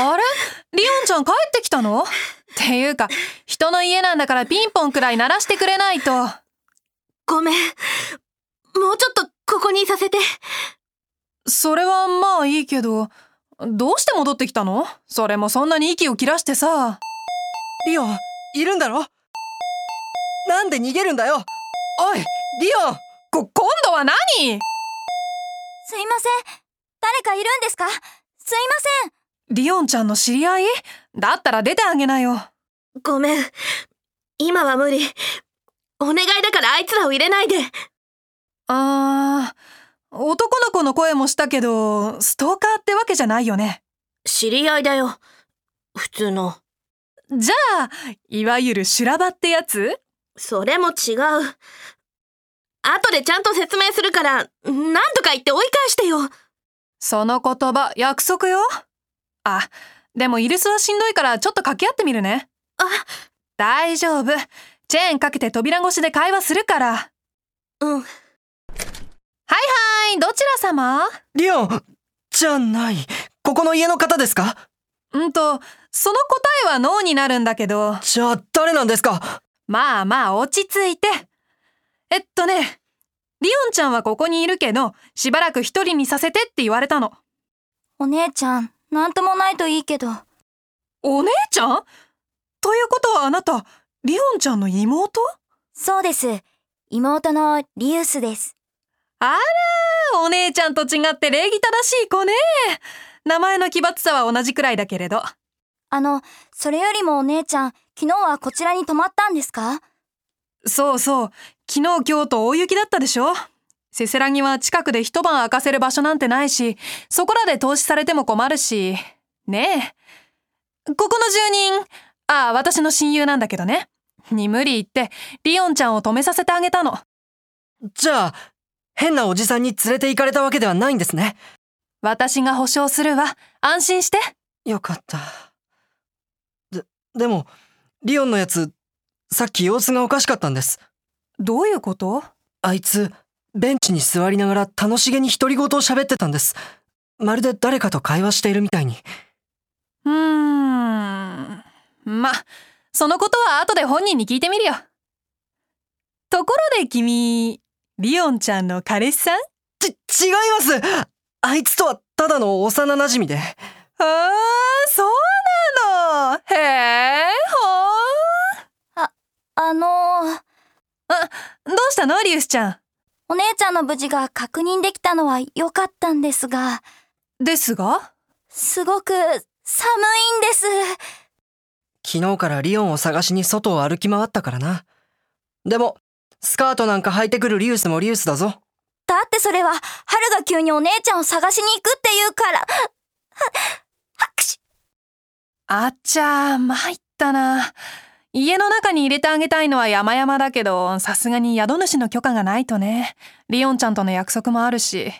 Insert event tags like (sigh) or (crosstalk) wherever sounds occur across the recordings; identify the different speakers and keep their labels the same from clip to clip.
Speaker 1: あれリオンちゃん帰ってきたのっていうか、人の家なんだからピンポンくらい鳴らしてくれないと。
Speaker 2: ごめん。もうちょっとここにいさせて。
Speaker 1: それはまあいいけど、どうして戻ってきたのそれもそんなに息を切らしてさ。
Speaker 3: リオン、いるんだろなんで逃げるんだよおい、リオン
Speaker 1: こ、今度は何
Speaker 4: すいません。誰かいるんですかすいません。
Speaker 1: リオンちゃんの知り合いだったら出てあげなよ。
Speaker 2: ごめん。今は無理。お願いだからあいつらを入れないで。
Speaker 1: あー、男の子の声もしたけど、ストーカーってわけじゃないよね。
Speaker 2: 知り合いだよ。普通の。
Speaker 1: じゃあ、いわゆる修羅場ってやつ
Speaker 2: それも違う。後でちゃんと説明するから、何とか言って追い返してよ。
Speaker 1: その言葉、約束よ。あ、でもイルスはしんどいからちょっと掛け合ってみるね。
Speaker 2: あ、
Speaker 1: 大丈夫。チェーンかけて扉越しで会話するから。
Speaker 2: うん。はい
Speaker 1: はい、どちら様
Speaker 3: リオン、じゃない。ここの家の方ですか
Speaker 1: うんと、その答えはノーになるんだけど。
Speaker 3: じゃあ誰なんですか
Speaker 1: まあまあ落ち着いて。えっとね、リオンちゃんはここにいるけど、しばらく一人にさせてって言われたの。
Speaker 4: お姉ちゃん、なんともないといいけど。
Speaker 1: お姉ちゃんということはあなた、リオンちゃんの妹
Speaker 4: そうです。妹のリウスです。
Speaker 1: あら、お姉ちゃんと違って礼儀正しい子ね。名前の奇抜さは同じくらいだけれど。
Speaker 4: あの、それよりもお姉ちゃん、昨日はこちらに泊まったんですか
Speaker 1: そうそう。昨日今日と大雪だったでしょせせらぎは近くで一晩明かせる場所なんてないし、そこらで投資されても困るし。ねえ。ここの住人、ああ、私の親友なんだけどね。に無理言って、リオンちゃんを止めさせてあげたの。
Speaker 3: じゃあ、変なおじさんに連れて行かれたわけではないんですね。
Speaker 1: 私が保証するわ。安心して。
Speaker 3: よかった。で、でも、リオンのやつ、さっき様子がおかしかったんです。
Speaker 1: どういうこと
Speaker 3: あいつ、ベンチに座りながら楽しげに独り言を喋ってたんです。まるで誰かと会話しているみたいに。
Speaker 1: うーん。ま、そのことは後で本人に聞いてみるよ。ところで君、リオンちゃんの彼氏さん
Speaker 3: ち、違いますあいつとはただの幼馴染で。
Speaker 1: あー、そうなのへえ、
Speaker 4: ほー。あ、あのー、あ、
Speaker 1: どうしたのリウスちゃん。
Speaker 4: お姉ちゃんの無事が確認できたのは良かったんですが。
Speaker 1: ですが
Speaker 4: すごく寒いんです。
Speaker 3: 昨日からリオンを探しに外を歩き回ったからな。でも、スカートなんか履いてくるリウスもリウスだぞ。
Speaker 4: だってそれは、春が急にお姉ちゃんを探しに行くって言うから。は、はくし。
Speaker 1: あっちゃー、参ったな。家の中に入れてあげたいのは山々だけど、さすがに宿主の許可がないとね。リオンちゃんとの約束もあるし。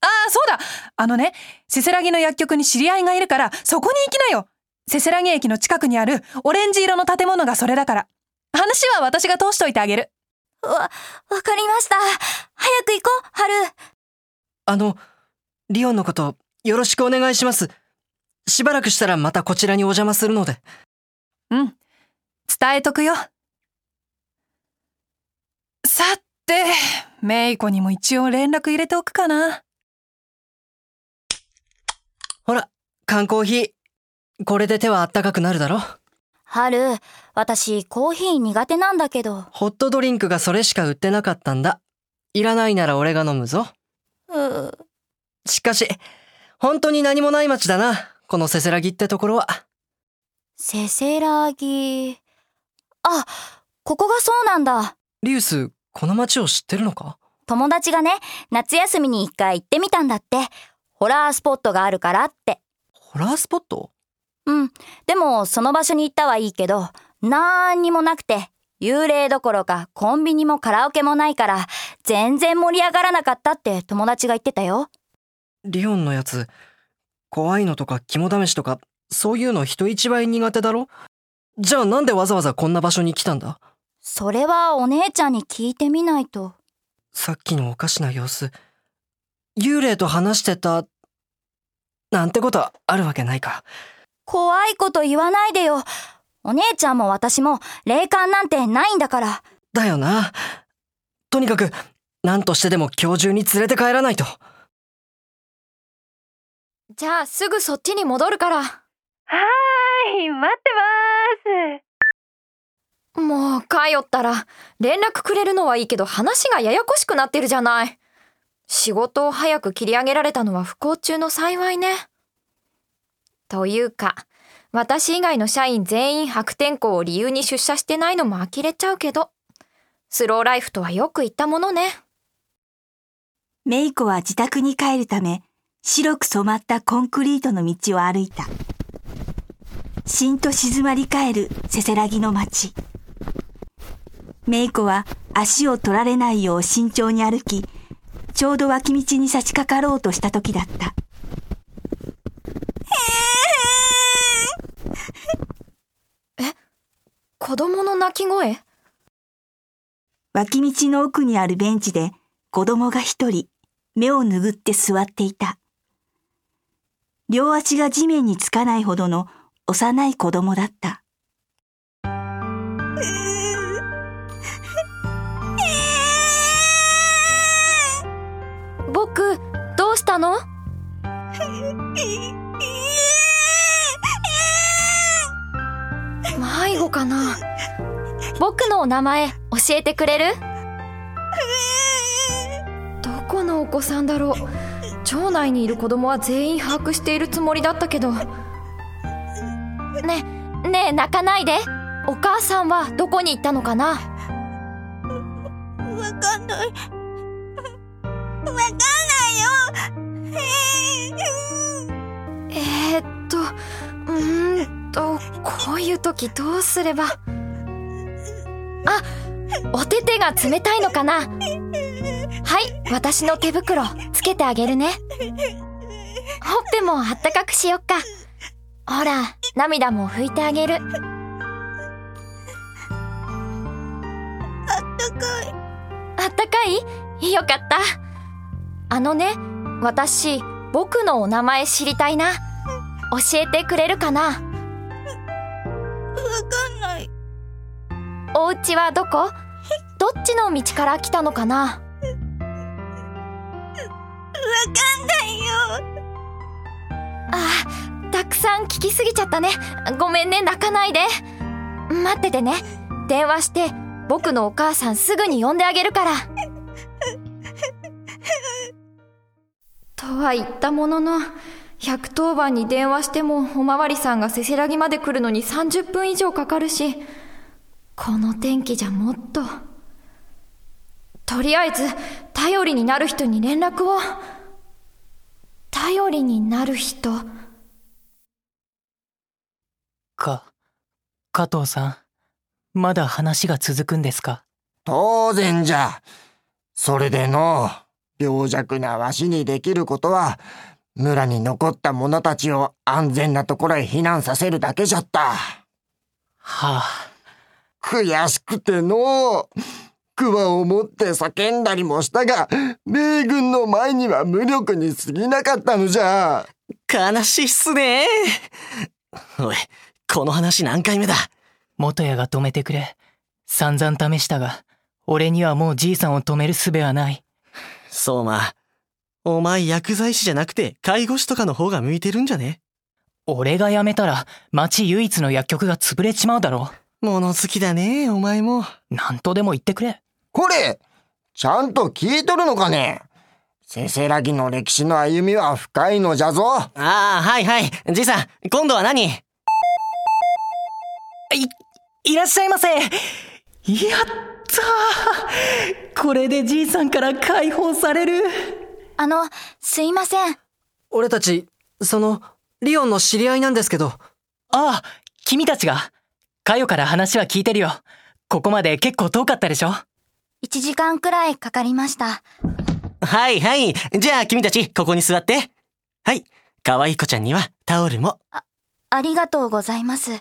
Speaker 1: ああ、そうだあのね、せせらぎの薬局に知り合いがいるから、そこに行きなよせせらぎ駅の近くにあるオレンジ色の建物がそれだから。話は私が通しといてあげる。
Speaker 4: わ、わかりました。早く行こう、春。
Speaker 3: あの、リオンのこと、よろしくお願いします。しばらくしたらまたこちらにお邪魔するので。
Speaker 1: うん。伝えとくよ。さて、メイコにも一応連絡入れておくかな。
Speaker 3: ほら、缶コーヒー。これで手はあったかくなるだろ。
Speaker 4: 春、私、コーヒー苦手なんだけど。
Speaker 3: ホットドリンクがそれしか売ってなかったんだ。いらないなら俺が飲むぞ。
Speaker 4: う
Speaker 3: しかし、本当に何もない町だな。このせせらぎってところは。
Speaker 4: せせらぎ。あ、ここがそうなんだ。
Speaker 3: リウス、この町を知ってるのか
Speaker 4: 友達がね、夏休みに一回行ってみたんだって。ホラースポットがあるからって。
Speaker 3: ホラースポット
Speaker 4: うん。でも、その場所に行ったはいいけど、なーにもなくて、幽霊どころかコンビニもカラオケもないから、全然盛り上がらなかったって友達が言ってたよ。
Speaker 3: リオンのやつ、怖いのとか肝試しとか、そういうの人一倍苦手だろじゃあなんでわざわざこんな場所に来たんだ
Speaker 4: それはお姉ちゃんに聞いてみないと。
Speaker 3: さっきのおかしな様子、幽霊と話してた、なんてことあるわけないか。
Speaker 4: 怖いこと言わないでよ。お姉ちゃんも私も霊感なんてないんだから。
Speaker 3: だよな。とにかく、何としてでも今日中に連れて帰らないと。
Speaker 4: じゃあすぐそっちに戻るか
Speaker 5: は
Speaker 4: ら。
Speaker 5: い、待ってます。
Speaker 6: もう、かよったら、連絡くれるのはいいけど話がややこしくなってるじゃない。仕事を早く切り上げられたのは不幸中の幸いね。というか、私以外の社員全員白天候を理由に出社してないのも呆れちゃうけど、スローライフとはよく言ったものね。
Speaker 7: メイコは自宅に帰るため、白く染まったコンクリートの道を歩いた。しんと静まり返るせせらぎの街。メイコは足を取られないよう慎重に歩き、ちょうど脇道に差し掛かろうとした時だった。
Speaker 6: 子供の泣き声
Speaker 7: 脇道の奥にあるベンチで子供が一人目をぬぐって座っていた。両足が地面につかないほどの幼い子供だった。
Speaker 6: 僕、どうしたの迷子かな僕のお名前教えてくれるどこのお子さんだろう町内にいる子供は全員把握しているつもりだったけど
Speaker 4: ね、ねえ泣かないで。
Speaker 6: お母さんはどこに行ったのかな
Speaker 7: わかんない。わかんないよ。
Speaker 6: えー、っと、うーんと、こういう時どうすれば。あ、お手手が冷たいのかなはい、私の手袋、つけてあげるね。ほっぺもあったかくしよっか。ほら、涙も拭いてあげる。あったかい。あったかいよかった。あのね、私、僕のお名前知りたいな。教えてくれるかなお家はどこどっちの道から来たのかなああ、たくさん聞きすぎちゃったね。ごめんね、泣かないで。待っててね。電話して、僕のお母さんすぐに呼んであげるから。とは言ったものの、110番に電話してもおまわりさんがせせらぎまで来るのに30分以上かかるし、この天気じゃもっと。とりあえず、頼りになる人に連絡を。頼りになる人。
Speaker 8: か、加藤さん、まだ話が続くんですか
Speaker 9: 当然じゃ。それでのう、病弱なわしにできることは、村に残った者たちを安全なところへ避難させるだけじゃった。
Speaker 8: は
Speaker 9: 悔しくてのう、桑を持って叫んだりもしたが、米軍の前には無力に過ぎなかったのじゃ。
Speaker 10: 悲しいっすね。おい、この話何回目だ
Speaker 8: あ、元谷が止めてくれ。散々試したが、俺にはもうじいさんを止める術はない。
Speaker 10: 相馬。お前薬剤師じゃなくて介護士とかの方が向いてるんじゃね
Speaker 8: 俺が辞めたら、町唯一の薬局が潰れちまうだろ
Speaker 10: 物好きだね、お前も。
Speaker 8: う。なんとでも言ってくれ。
Speaker 9: これ、ちゃんと聞いとるのかねせせらぎの歴史の歩みは深いのじゃぞ。
Speaker 10: ああ、はいはい。じいさん、今度は何
Speaker 8: いらっしゃいませやったーこれでじいさんから解放される。
Speaker 4: あの、すいません。
Speaker 3: 俺たち、その、リオンの知り合いなんですけど、
Speaker 8: ああ、君たちが。かよから話は聞いてるよ。ここまで結構遠かったでしょ
Speaker 4: 1時間くらいかかりました。
Speaker 10: はいはい。じゃあ君たち、ここに座って。はい。可愛い子ちゃんにはタオルも。
Speaker 4: ありがとうございます。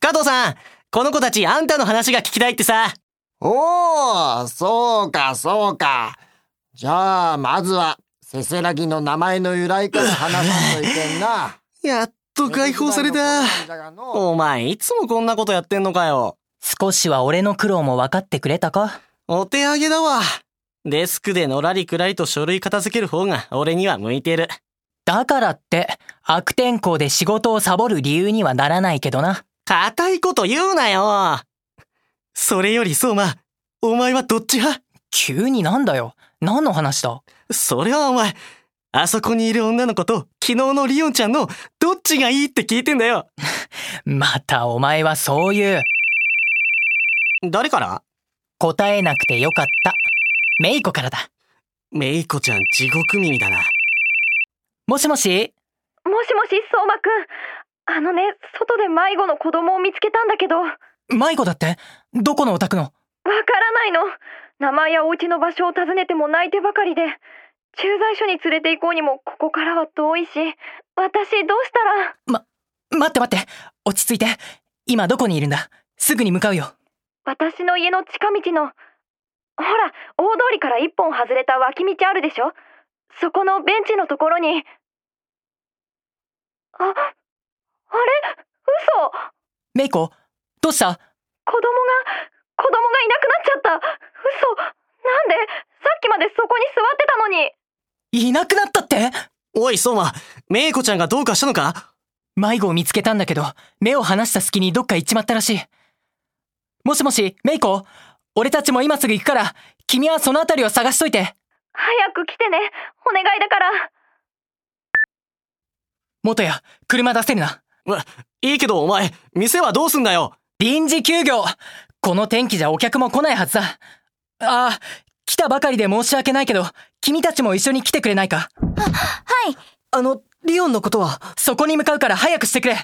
Speaker 10: 加藤さん、この子たちあんたの話が聞きたいってさ。
Speaker 9: おー、そうか、そうか。じゃあ、まずは、せせらぎの名前の由来から話さんといけん (laughs) な。
Speaker 10: やっと解放された。お前、いつもこんなことやってんのかよ。
Speaker 8: 少しは俺の苦労も分かってくれたか
Speaker 10: お手上げだわ。デスクでのらりくらりと書類片付ける方が俺には向いてる。
Speaker 8: だからって、悪天候で仕事をサボる理由にはならないけどな。
Speaker 10: 固いこと言うなよ。それより相馬、お前はどっち派
Speaker 8: 急になんだよ。何の話だ
Speaker 10: それはお前、あそこにいる女の子と昨日のリオンちゃんのどっちがいいって聞いてんだよ。
Speaker 8: またお前はそういう。
Speaker 10: 誰から
Speaker 8: 答えなくてよかった。メイコからだ。
Speaker 10: メイコちゃん地獄耳だな。
Speaker 8: もしもし
Speaker 5: もしもし、相馬くん。あのね、外で迷子の子供を見つけたんだけど。
Speaker 8: 迷子だってどこのお宅のわ
Speaker 5: からないの。名前やお家の場所を尋ねても泣いてばかりで駐在所に連れて行こうにもここからは遠いし私どうしたら
Speaker 8: ま待って待って落ち着いて今どこにいるんだすぐに向かうよ
Speaker 5: 私の家の近道のほら大通りから一本外れた脇道あるでしょそこのベンチのところにああれ嘘
Speaker 8: メイコどうした
Speaker 5: 子供が子供がいなくなっちゃった嘘なんでさっきまでそこに座ってたのに
Speaker 8: いなくなったって
Speaker 10: おい相馬メイコちゃんがどうかしたのか
Speaker 8: 迷子を見つけたんだけど目を離した隙にどっか行っちまったらしいもしもしメイコ俺たちも今すぐ行くから君はその辺りを探しといて
Speaker 5: 早く来てねお願いだから
Speaker 8: 元や車出せるな
Speaker 10: わいいけどお前店はどうすんだよ
Speaker 8: 臨時休業この天気じゃお客も来ないはずだああ、来たばかりで申し訳ないけど、君たちも一緒に来てくれないか
Speaker 4: は、はい。
Speaker 3: あの、リオンのことは、
Speaker 8: そこに向かうから早くしてくれ。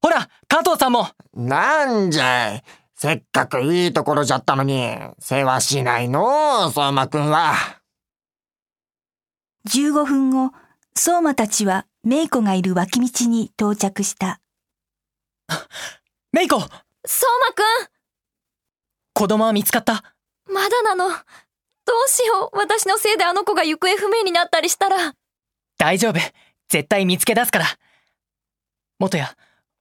Speaker 8: ほら、加藤さんも。
Speaker 9: なんじゃい。せっかくいいところじゃったのに、世話しないの、相馬くんは。
Speaker 7: 15分後、相馬たちは、メイコがいる脇道に到着した。
Speaker 8: メイコ
Speaker 6: 相馬くん
Speaker 8: 子供は見つかった
Speaker 6: まだなの。どうしよう。私のせいであの子が行方不明になったりしたら。
Speaker 8: 大丈夫。絶対見つけ出すから。元や、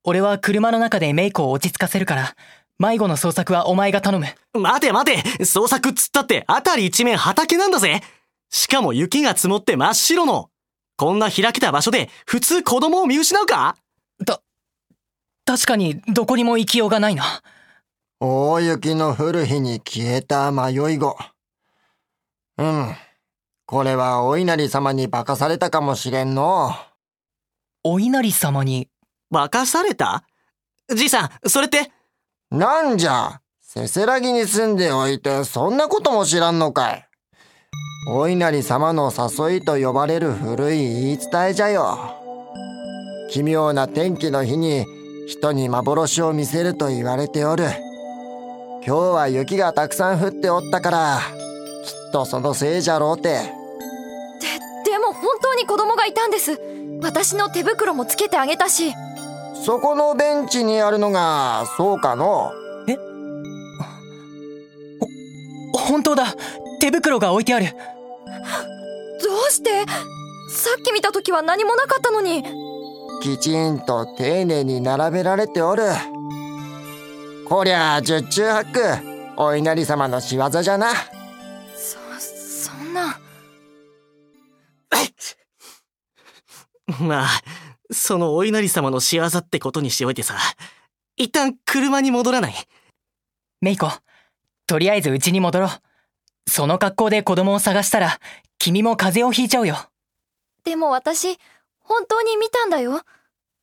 Speaker 8: 俺は車の中でメイコを落ち着かせるから、迷子の捜索はお前が頼む。
Speaker 10: 待て待て捜索っつったって辺り一面畑なんだぜしかも雪が積もって真っ白のこんな開けた場所で普通子供を見失うか
Speaker 8: た、確かにどこにも行きようがないな。
Speaker 9: 大雪の降る日に消えた迷い子。うん。これはお稲荷様に化かされたかもしれんの。
Speaker 8: お稲荷様に
Speaker 10: 化かされたじいさん、それって。
Speaker 9: なんじゃ、せせらぎに住んでおいてそんなことも知らんのかい。お稲荷様の誘いと呼ばれる古い言い伝えじゃよ。奇妙な天気の日に人に幻を見せると言われておる。今日は雪がたくさん降っておったからきっとそのせいじゃろうて
Speaker 6: ででも本当に子供がいたんです私の手袋もつけてあげたし
Speaker 9: そこのベンチにあるのがそうかの
Speaker 8: えほ本当だ手袋が置いてあるど
Speaker 6: うしてさっき見た時は何もなかったのに
Speaker 9: きちんと丁寧に並べられておるこりゃ十中八九お稲荷様の仕業じゃな
Speaker 6: そそんな
Speaker 10: (laughs) まあそのお稲荷様の仕業ってことにしておいてさ一旦車に戻らない
Speaker 8: メイコとりあえず家に戻ろうその格好で子供を探したら君も風邪をひいちゃうよ
Speaker 6: でも私本当に見たんだよ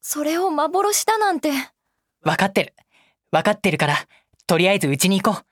Speaker 6: それを幻だなんて
Speaker 8: 分かってる分かってるから、とりあえずうちに行こう。